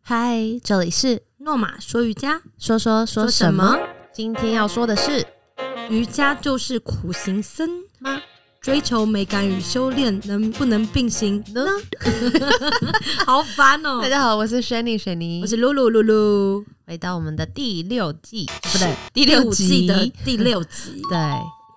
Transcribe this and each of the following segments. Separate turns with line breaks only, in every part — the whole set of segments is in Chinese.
嗨，这里是
诺玛说瑜伽，
说说说什么？？今天要说的是
瑜伽就是苦行僧，
吗？
追求美感与修炼能不能并行呢？好烦哦、
大家好，我是 Shani 水泥
我，是露露露露，
回到我们的第六季，不对，
第
第六
五季
集，
的第六集
对，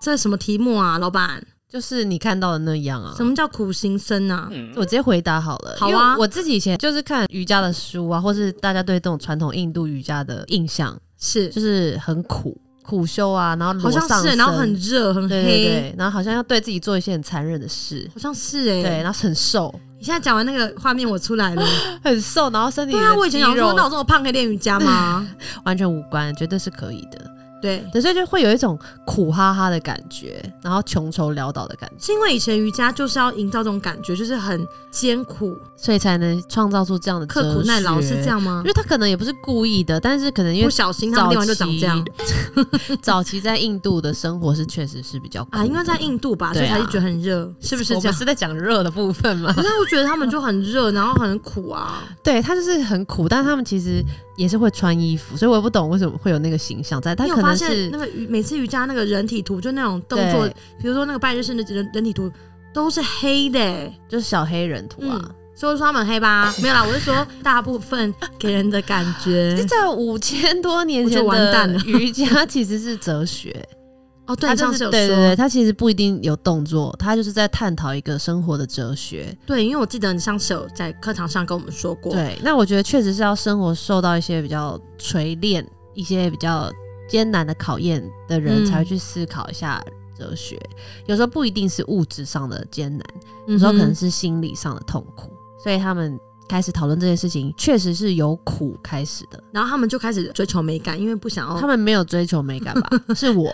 这什么题目啊，老板？
就是你看到的那样啊嗯
什。么叫苦行僧啊？
我直接回答好了，
好啊
因为我自己以前就是看瑜伽的书啊，或是大家对这种传统印度瑜伽的印象，
是，
就是很苦苦修啊，然后
好
裸上
像是，
身
然后很热很黑，
对对对，然后好像要对自己做一些很残忍的事，
好像是哎、
对，然后很瘦，
你现在讲完那个画面，我 出来了。
很瘦，然后身体
对啊，
的
我以前
肌
想说，
肉
那我这么胖可以练瑜伽吗？
完全无关，绝对是可以的。
对，
对，所以就会有一种苦哈哈的感觉，然后穷愁潦倒的感觉，
是因为以前瑜伽就是要营造这种感觉，就是很艰苦、
所以才能创造出这样的
刻苦耐劳，是这。样吗
因？为他可能也不是故意的，但是可能因
不
为
小心他
早期
们练完就长这样
早期在印度的生活是确实是比较苦
啊，因为在印度吧，所以
对啊
才是觉得很热，是不是
我
这
们
样？
是在讲热的部分嘛
可？是我觉得他们就很热，然后很苦啊。
对，他就是很苦，但他们其实也是会穿衣服，所以我也不懂为什么会有那个形象在。但
你有
可
发
能
现
是
那个瑜每次瑜伽那个人体图，就那种动作
对，
比如说那个拜日式的人人体图都是黑的、欸，
就是小黑人图啊，
所以我说他们黑吧？ 没有啦，我是说大部分给人的感觉
就 在五千多年前
我就完蛋
的
了
瑜伽其实是哲学，
哦，对，
它
你
就
上
是
次有
对对
说
对，，它其实不一定有动作，它就是在探讨一个生活的哲学。
对，因为我记得你上次有在课堂上跟我们说过，
对，那我觉得确实是要生活受到一些比较锤炼、一些比较艰难的考验的人，
嗯
才会去思考一下哲学。有时候不一定是物质上的艰难，有
嗯哼，
时候可能是心理上的痛苦，所以他们。开始讨论这件事情，确实是由苦开始的。
然后他们就开始追求美感，因为不想要
他们没有追求美感 吧？是我，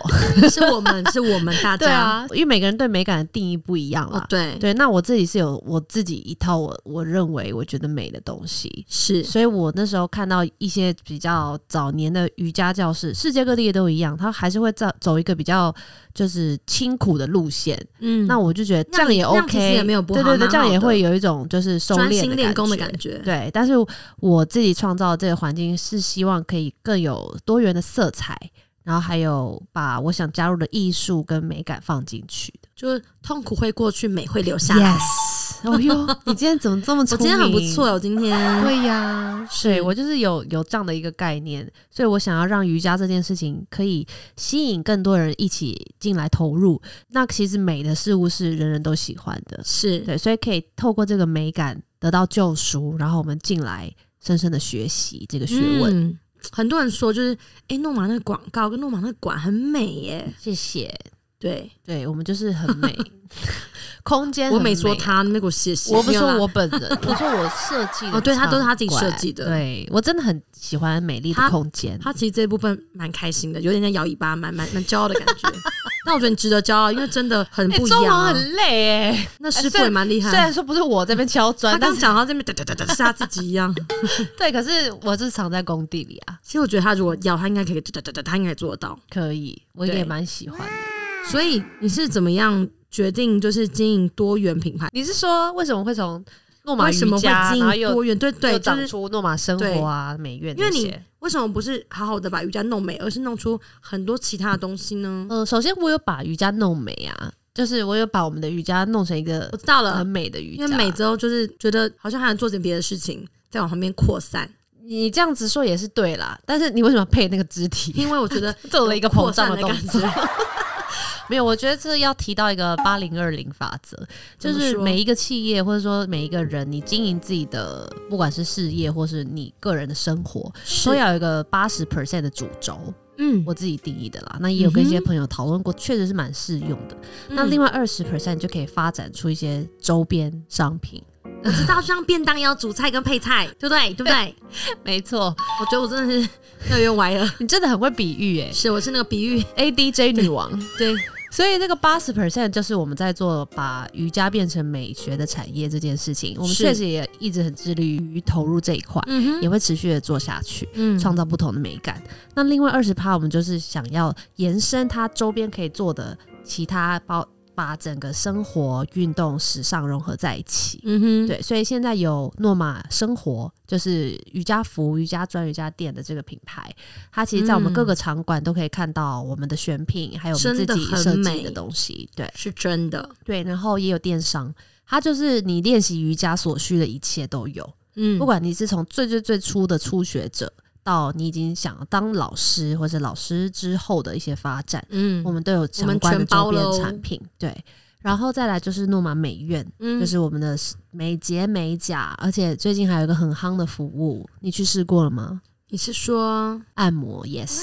是我们是我们大家，
对啊，因为每个人对美感的定义不一样啦。
哦对
对，那我自己是有我自己一套我我认为我觉得美的东西，
是
所以我那时候看到一些比较早年的瑜伽教室，世界各地都一样，它还是会走走一个比较就是清苦的路线。
嗯
那我就觉得这样也
那样其实
OK，
也没有不好
对对对，
蛮好
这样也
的
会有一种就是收
专
敛
心
的
练功的感觉，
对，但是我自己创造这个环境是希望可以更有多元的色彩，然后还有把我想加入的艺术跟美感放进去的。
就是痛苦会过去，美会留下来。
Yes，哦 哟，你今天怎么这么
我
聪
今
明？
天很不错，哦，今天
对呀，对我就是有有这样的一个概念，所以我想要让瑜伽这件事情可以吸引更多人一起进来投入。那其实美的事物是人人都喜欢的，
是
对，所以可以透过这个美感得到救赎，然后我们进来深深的学习这个学问。
嗯很多人说就是，哎，诺玛那个广告跟诺玛那个馆很美耶。
谢谢，
对
对我们就是很 美，空间
我
很
没说
美
他，那个谢谢。
我不
没有
说
啦
我本 人，我说我设计的
哦对他都是
场
他自己设
馆
计的
对我真的很喜欢美丽的
他
空间。
他其实这部分蛮开心的，有点在摇尾巴，蛮蛮蛮骄傲的感 觉。但我觉得你值得骄傲，因为真的很
哎
不一
装
样
潢
啊。
很累哎、
那师傅也蛮厉
虽
害，
然说不是我这边敲
他
砖，但
刚
是
讲到这边，哒哒哒哒，是他自己一样。
对，可是我是藏在工地里啊，
其实我觉得他如果要，他应该可以，哒哒哒，他应该做得到。
可以，我
对
也蛮喜欢的。
所以你是怎么样决定就是经营多元品牌？
你是说为什么会从诺玛
为
瑜
什么
伽，
会经
然后
营
又
多元？对对，
又
就
长
是
出诺玛生活啊、美院
因
这
为
些？
你为什么不是好好的把瑜伽弄美，而是弄出很多其他的东西呢？
呃，首先我有把瑜伽弄美啊，就是我有把我们的瑜伽弄成一个
我知道了
很，美的瑜
因
伽。
为美之后就是觉得好像还能做点别的事情，再往旁边 扩散。
你这样子说也是对啦，但是你为什么配那个肢体？
因为我觉 得
做了一个膨胀
有
的
扩
动
散
作
的感觉，
没有，我觉得这要提到一个八零二零法则，就
怎么
是
说
每一个企业或者说每一个人，你经营自己的，不管是事业或是你个人的生活，都
是
要有一个八十 percent 的主轴。
嗯，
我自己定义的啦，那也有跟一些
嗯哼
朋友讨论过，确实是蛮适用的。那
嗯
另外二十 percent 就可以发展出一些周边商品。
我知道，就像便当也要主菜跟配菜，对不对？对不对？
没错，
我觉得我 真的是越来越歪了。
你真的很会比喻诶、
是，我是那个比喻，
a d j 女王。
对，
所以这个八十 percent 就是我们在做把瑜伽变成美学的产业这件事情，我们
是
确实也一直很致力于投入这一块，
嗯哼，
也会持续的做下去，
嗯
创造不同的美感。那另外二十趴，我们就是想要延伸它周边可以做的其他包。把整个生活、运动、时尚融合在一起。
嗯哼，
对，所以现在有诺玛生活，就是瑜伽服、瑜伽砖、瑜伽垫的这个品牌，它其实在我们各个场馆都可以看到我们的选品，还有我们自
嗯真的
己
很
设计
美
的东西。对，
是真的。
对，然后也有电商，它就是你练习瑜伽所需的一切都有，
嗯
不管你是从最最最初的初学者，到你已经想当老师，或是老师之后的一些发展，
嗯
我们都有相
们
关
全
的周
包
边
喽
产品。对，然后再来就是诺玛美院，
嗯
就是我们的美睫美甲，而且最近还有一个很夯的服务，你去试过了吗？
你是说
按摩，yes，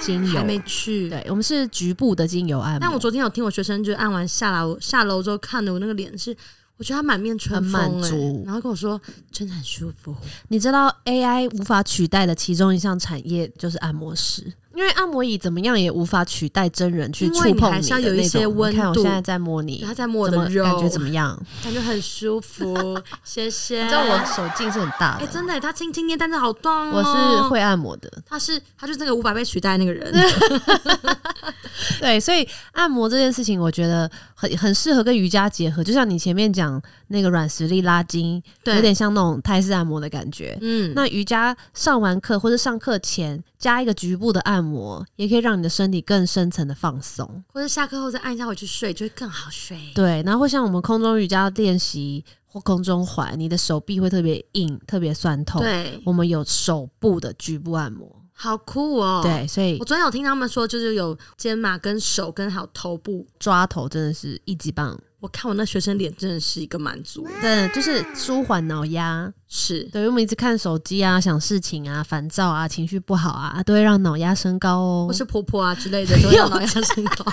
精
还没
油。
去？
对，我们是局部的精油按摩，
但我昨天有听我学生，就是按完下楼下楼之后看的我那个脸是，我觉得他满面春风、
很满
哎
足
然后跟我说真的很舒服。
你知道 AI 无法取代的其中一项产业就是按摩师，因为按摩椅怎么样也无法取代真人去触
因为你
碰
还是要
的
有一
那
些
种
温
你看我
度
现在在摸你，
他在摸我
怎么
的肉，
感觉怎么 样？
感觉很舒服。谢谢。
你知道我手劲是很大
哎、
的，
真的、哎他轻轻捏，但是好痛、哦。
我是，会按摩的。
他是他就是那个无法被取代的那个 人。
对，所以按摩这件事情，我觉得很很适合跟瑜伽结合，就像你前面讲那个软实力拉筋，有点像那种泰式按摩的感觉。
嗯，
那瑜伽上完课或者上课前加一个局部的按摩，也可以让你的身体更深层的放松。
或者下课后再按一下回去睡，就会更好睡。
对，然后会像我们空中瑜伽练习或空中环，你的手臂会特别硬，特别酸痛。，
对，
我们有手部的局部按摩。
好酷哦。。
对，所以
我昨天有听他们说，就是有肩膀跟手跟还有头部。
抓头真的是一级棒，
我看我那学生脸真的是一个满足，
真的就是舒缓脑压。
是
对，因为我们一直看手机啊，想事情啊，烦躁啊，情绪不好啊，都会让脑压升高哦
或。是婆婆啊之 类的，都要脑压升高。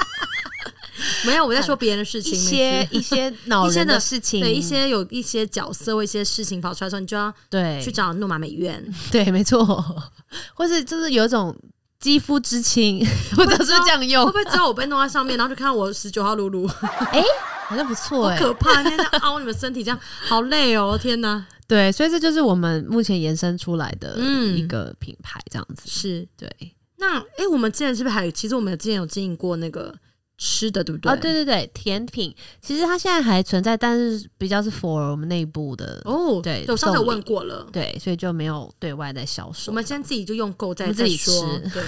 没有，我在说别人的事
一
情，
些嗯
没事
一 些脑
一些
人的
的
事情，
对一些有一些角色或一些事情跑出来的时候，你就要
对
去找诺玛美院，
对，没错，或是就是有一种肌肤之亲， 我总是这样
会
用
不，会之后我被弄到上面，然后就看到我十九号露露， 好
好像不错哎、
可怕，那天在凹你们身体，这样好累哦，天哪！
对，所以这就是我们目前延伸出来的
嗯
一个品牌，这样子。
是
对，
那哎、诶我们之前是不是还有？其实我们之前有经营过那个吃的，对不对？
啊，对对对，甜品其实它现在还存在，但是比较是 for 我们内部的，
哦，
对
我上
送
次有
礼
问过了，
对，所以就没有对外在销售。
我们先自己就用够再
我们自己
再说
吃
对，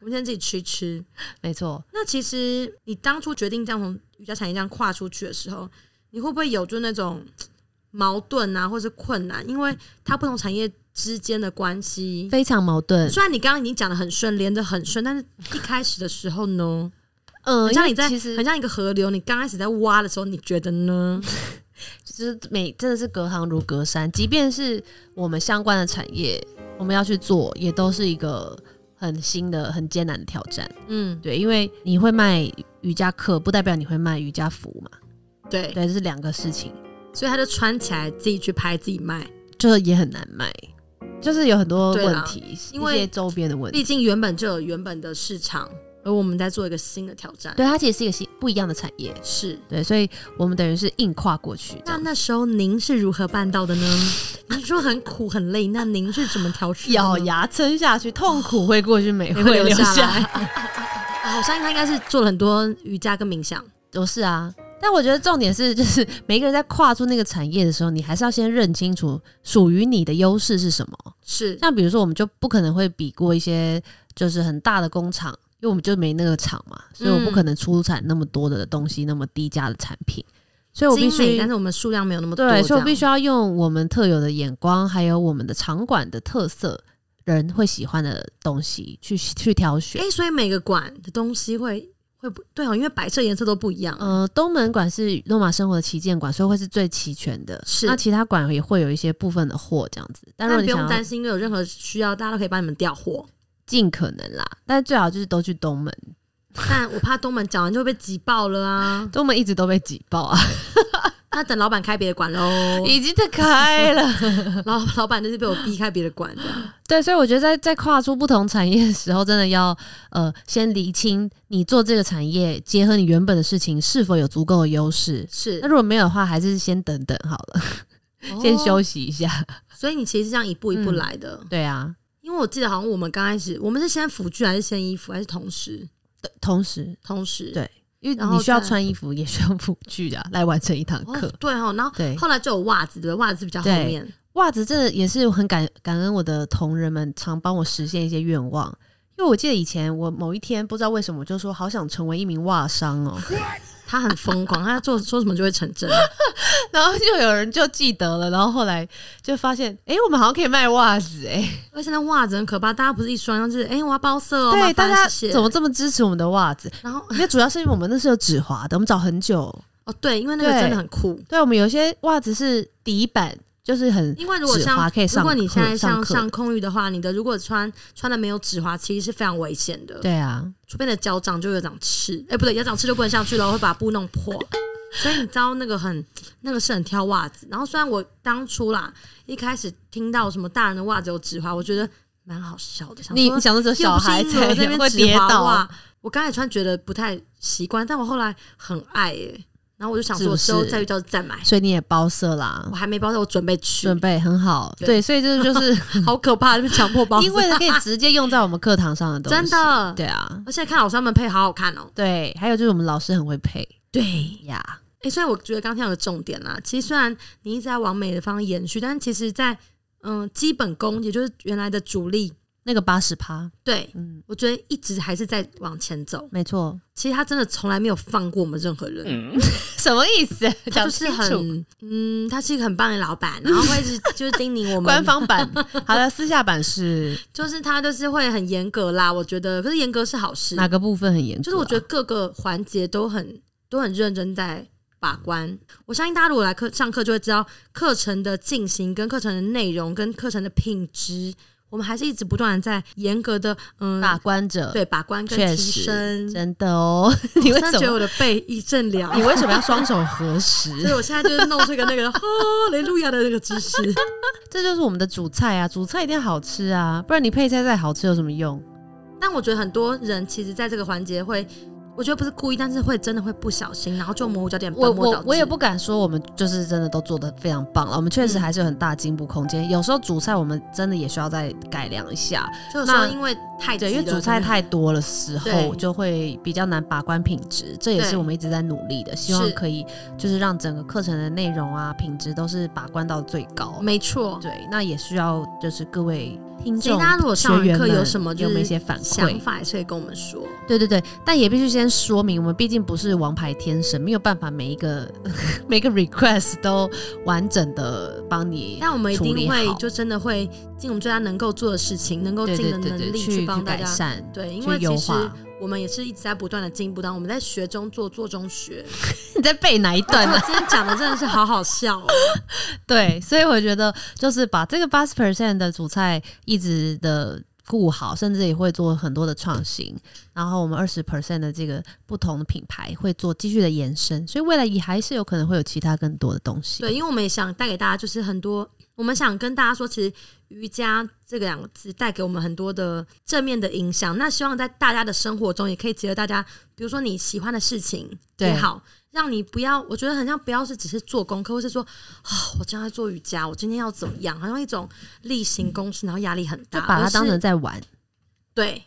我们先自己吃一吃。
没错，
那其实你当初决定这样从瑜伽产业这样跨出去的时候，你会不会有就那种嘖矛盾啊，或是困难？因为它不同产业之间的关系。
非常矛盾。
虽然你刚刚已经讲的很顺，连的很顺，但是一开始的时候呢，
嗯、
很
因
像
为
你在，
其实
很像一个河流，你刚开始在挖的时候，你觉得呢？
就是每真的是隔行如隔山，即便是我们相关的产业，我们要去做，也都是一个很新的、很艰难的挑战。
嗯，
对，因为你会卖瑜伽课，不代表你会卖瑜伽服嘛。
对，
对，这是两个事情。
所以他就穿起来自己去拍自己卖。
就是也很难卖，就是有很多
对啦
问题，
因为
一些周边的问
毕
题。
竟原本就有原本的市场，而我们在做一个新的挑战。
对，它其实是一个新不一样的产业，
是。
对，所以我们等于是硬跨过去这
那
样。
那时候您是如何办到的呢？ 您说很苦很累，那您是怎么调试的呢？
咬牙撑下去，痛苦会过去，美
也会
会留
留下
下
来。啊我相信他应该是做了很多瑜伽跟冥想。
都是啊，但我觉得重点是，就是 每一个人在跨出那个产业的时候，你还是要先认清楚属于你的优势是什么。
是，
像比如说，我们就不可能会比过一些就是很大的工厂，因为我们就没那个厂嘛，所以
嗯
我不可能出产那么多的东西，那么低价的产品。所以我必
精美，
须
但是我们数量没有那么多。
对，所以我必
须
须要用我们特有的眼光，还有我们的场馆的特色，人会喜欢的东西去去挑选
哎、。所以每个馆的东西会会不对哦，因为摆设颜色都不一样。
呃，东门馆是罗马生活的旗舰馆，所以会是最齐全的。
是
那其他馆也会有一些部分的货这样子，但如果
但不
你
用
想要
担心，因为有任何需要，大家都可以帮你们调 货。
尽可能啦，但最好就是都去东门，
但我怕东门讲完就会被挤爆 了啊！
东门一直都被挤爆啊，，
那等老板开别的馆喽
已经在开了。
老老板就是被我逼开别的馆的。
对，所以我觉得在在跨出不同产业的时候，真的要呃先厘清你做这个产业，结合你原本的事情是否有足够的优势。
是
那，如果没有的话，还是先等等好了，先休
息。
息一下。
所以你其实是这样一步一步
嗯
来的，
对啊，
因为我记得好像我们刚开始，我们是先辅具还是先衣服还是同时？
同时
同时
对因为
然后
你需要
再
穿衣服，也需要 辅具啊，来完成一堂课
哦。，对哦，然后
对
后来就有袜子，对不对，袜子比较后
对
面，
袜子真的也是很感感恩我的同仁们，常帮我实现一些愿望。因为我记得以前我某一天不知道为什么，我就说好想成为一名袜商哦，
他很疯狂， 他做说什么就会成 真。
然后就有人就记得了，然后后来就发现，诶，我们好像可以卖袜子哎诶。
而且那袜子很可怕，大家不是一双，就是哎、我要包色哦，麻
对，
烦
大家
谢谢
怎么这么支持我们的袜子？
然后
因为主要是因为我们那是有止滑的，我们找很久。
哦对，因为那个
对
真的很酷。
对，我们有些袜子是底板，就是很
因为如果
指滑
像
可以上
如果你现在
课
像
上课
上空域的话，你的如果穿穿的没有指滑，其实是非常危险的。
对啊，
除非你的脚掌就有长刺，哎、不对，脚掌刺就不能上去了，会把布弄破。所以你知道那个很那个是很挑袜子。然后虽然我当初啦一开始听到什么大人的袜子有指滑，我觉得蛮好笑的。想
你
说
你想的只有小孩
又不是因
才
为我在那
会
边指
跌
滑
倒
袜，，我刚才穿觉得不太习惯，但我后来很爱耶、然后我就想
是
说，
不
我
是
之后再遇到再买。
所以你也包色啦
我，还没包到，我准备去
准，备很好。
对
对，所以这就是
好可怕！这边强迫包 色，
因为可以直接用在我们课堂上的东
真
西。，
的，
对啊，
而且看老师他们配好好看哦。
对，还有就是我们老师很会配
对，
呀，
哎、虽然我觉得刚才有个重点啦，其实虽然你一直在往美的方向延续，但其实在嗯基本功，也就是原来的主力，
那个八十趴，
对
嗯，
我觉得一直还是在往前走。
没错，
其实他真的从来没有放过我们任何人，
什么意思？
他
讲
就是
清楚。
很嗯，他是一个很棒的老板，然后会一直就是叮咛我们，
官方版， 好的，私下版是
就是他就是会很严格啦。我觉得，可是严格是好事，
哪个部分很严重？啊
就是我觉得各个环节都很都很认真在
嗯
把关。我相信大家如果来课上课，就会知道课程的进行、跟课程的内容、跟课程的品质，我们还是一直不断的在严格的嗯
把关者，
对把关跟
确
提
实
升。
真的哦。 你
我
为
真
什
的觉得
么？
我的背一阵凉，
你为什么要双手合
所以
十？
我现在 就是弄出一个那个 哦雷路亚的那个姿势。
这就是我们的主菜啊，主菜一定要好吃啊，不然你配菜再好吃有什么用？
但我觉得很多人其实在这个环节会。我觉得不是故意，但是会真的会不小心，然后就模糊焦点，
我
本末
我
倒置
我也不敢说我们就是真的都做得非常棒了，我们确实
嗯
还是有很大进步空间。有时候主菜我们真的也需要再改良一下，
就是说
那
因为太急
对，因为
了
主菜
真的
太多了时候
对
就会比较难把关品质，这也
对
是我们一直在努力的，希望
是
可以就是让整个课程的内容啊品质都是把关到最高。
没错，
对，那也需要就是各位听
所以
众
大家如果上
学
完
员
课
们
有什么
有
就
没有一
是
些反
想
馈？
法，也是可以跟我们说。
对对对，但也必须先说明，我们毕竟不是王牌天神，没有办法每一个每一个 request 都完整的帮你。
但我们一
处
定
理
会
好
就真的会尽我们最大能够做的事情，能够
对
尽
对
的
对
能
对，
力
去
帮大
改
家。
善，
对，因
去
为
优
其实
化。
我们也是一直在不断的进步当中，我们在学中做，做中学。
你在背哪一段呢
我？今天讲的真的是好好 笑哦，
对，所以我觉得就是把这个八十 percent 的主菜一直的顾好，甚至也会做很多的创新。然后我们二十 percent 的这个不同的品牌会做继续的延伸，所以未来也还是有可能会有其他更多的东西。
对，因为我们也想带给大家就是很多，我们想跟大家说，其实瑜伽这个两个字带给我们很多的正面的影响。那希望在大家的生活中也可以结合大家，比如说你喜欢的事情
对
也好，让你不要，我觉得很像不要是只是做功课，或是说啊、我正在做瑜伽，我今天要怎么样，好像一种例行公事，然后压力很
就
大，
把
而
它
是
当成在玩。
对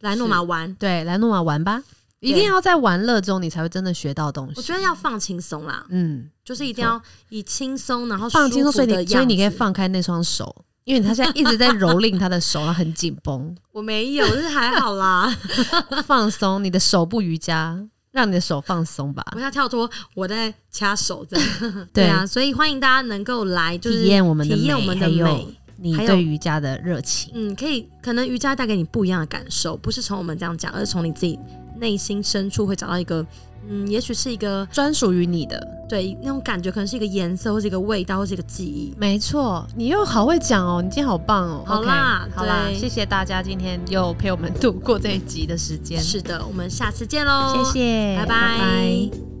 来诺马玩。
对，来诺玛玩吧，一定要在玩乐中你才会真的学到东
我
西。
觉得要放轻松啦，
嗯，
就是一定要以轻松，然后
放轻松，
舒
所
服
以
的
你所以你可以
样子
放开那双手，因为他现在一直在蹂躏他的手，然后很紧 绷，
我没有，就是还好啦。
放松你的手部瑜伽，让你的手放松吧。
我要跳脱我在掐手这样。
对
啊，所以欢迎大家能够来，就是
体验我们的
体验我
美
们的
还有
美。
你
还有
对瑜伽的热情。
嗯，可以，可能瑜伽带给你不一样的感受，不是从我们这样讲，而是从你自己内心深处会找到一个，嗯，也许是一个
专属于你的，
对那种感觉，可能是一个颜色，或是一个味道，或是一个记忆。
没错，你又好会讲哦，你今天好棒哦，
好啦
OK，好啦，
对
谢谢大家今天又陪我们度过这一集的时间，
是的，我们下次见喽，
嗯谢，谢，
哦拜拜。
拜拜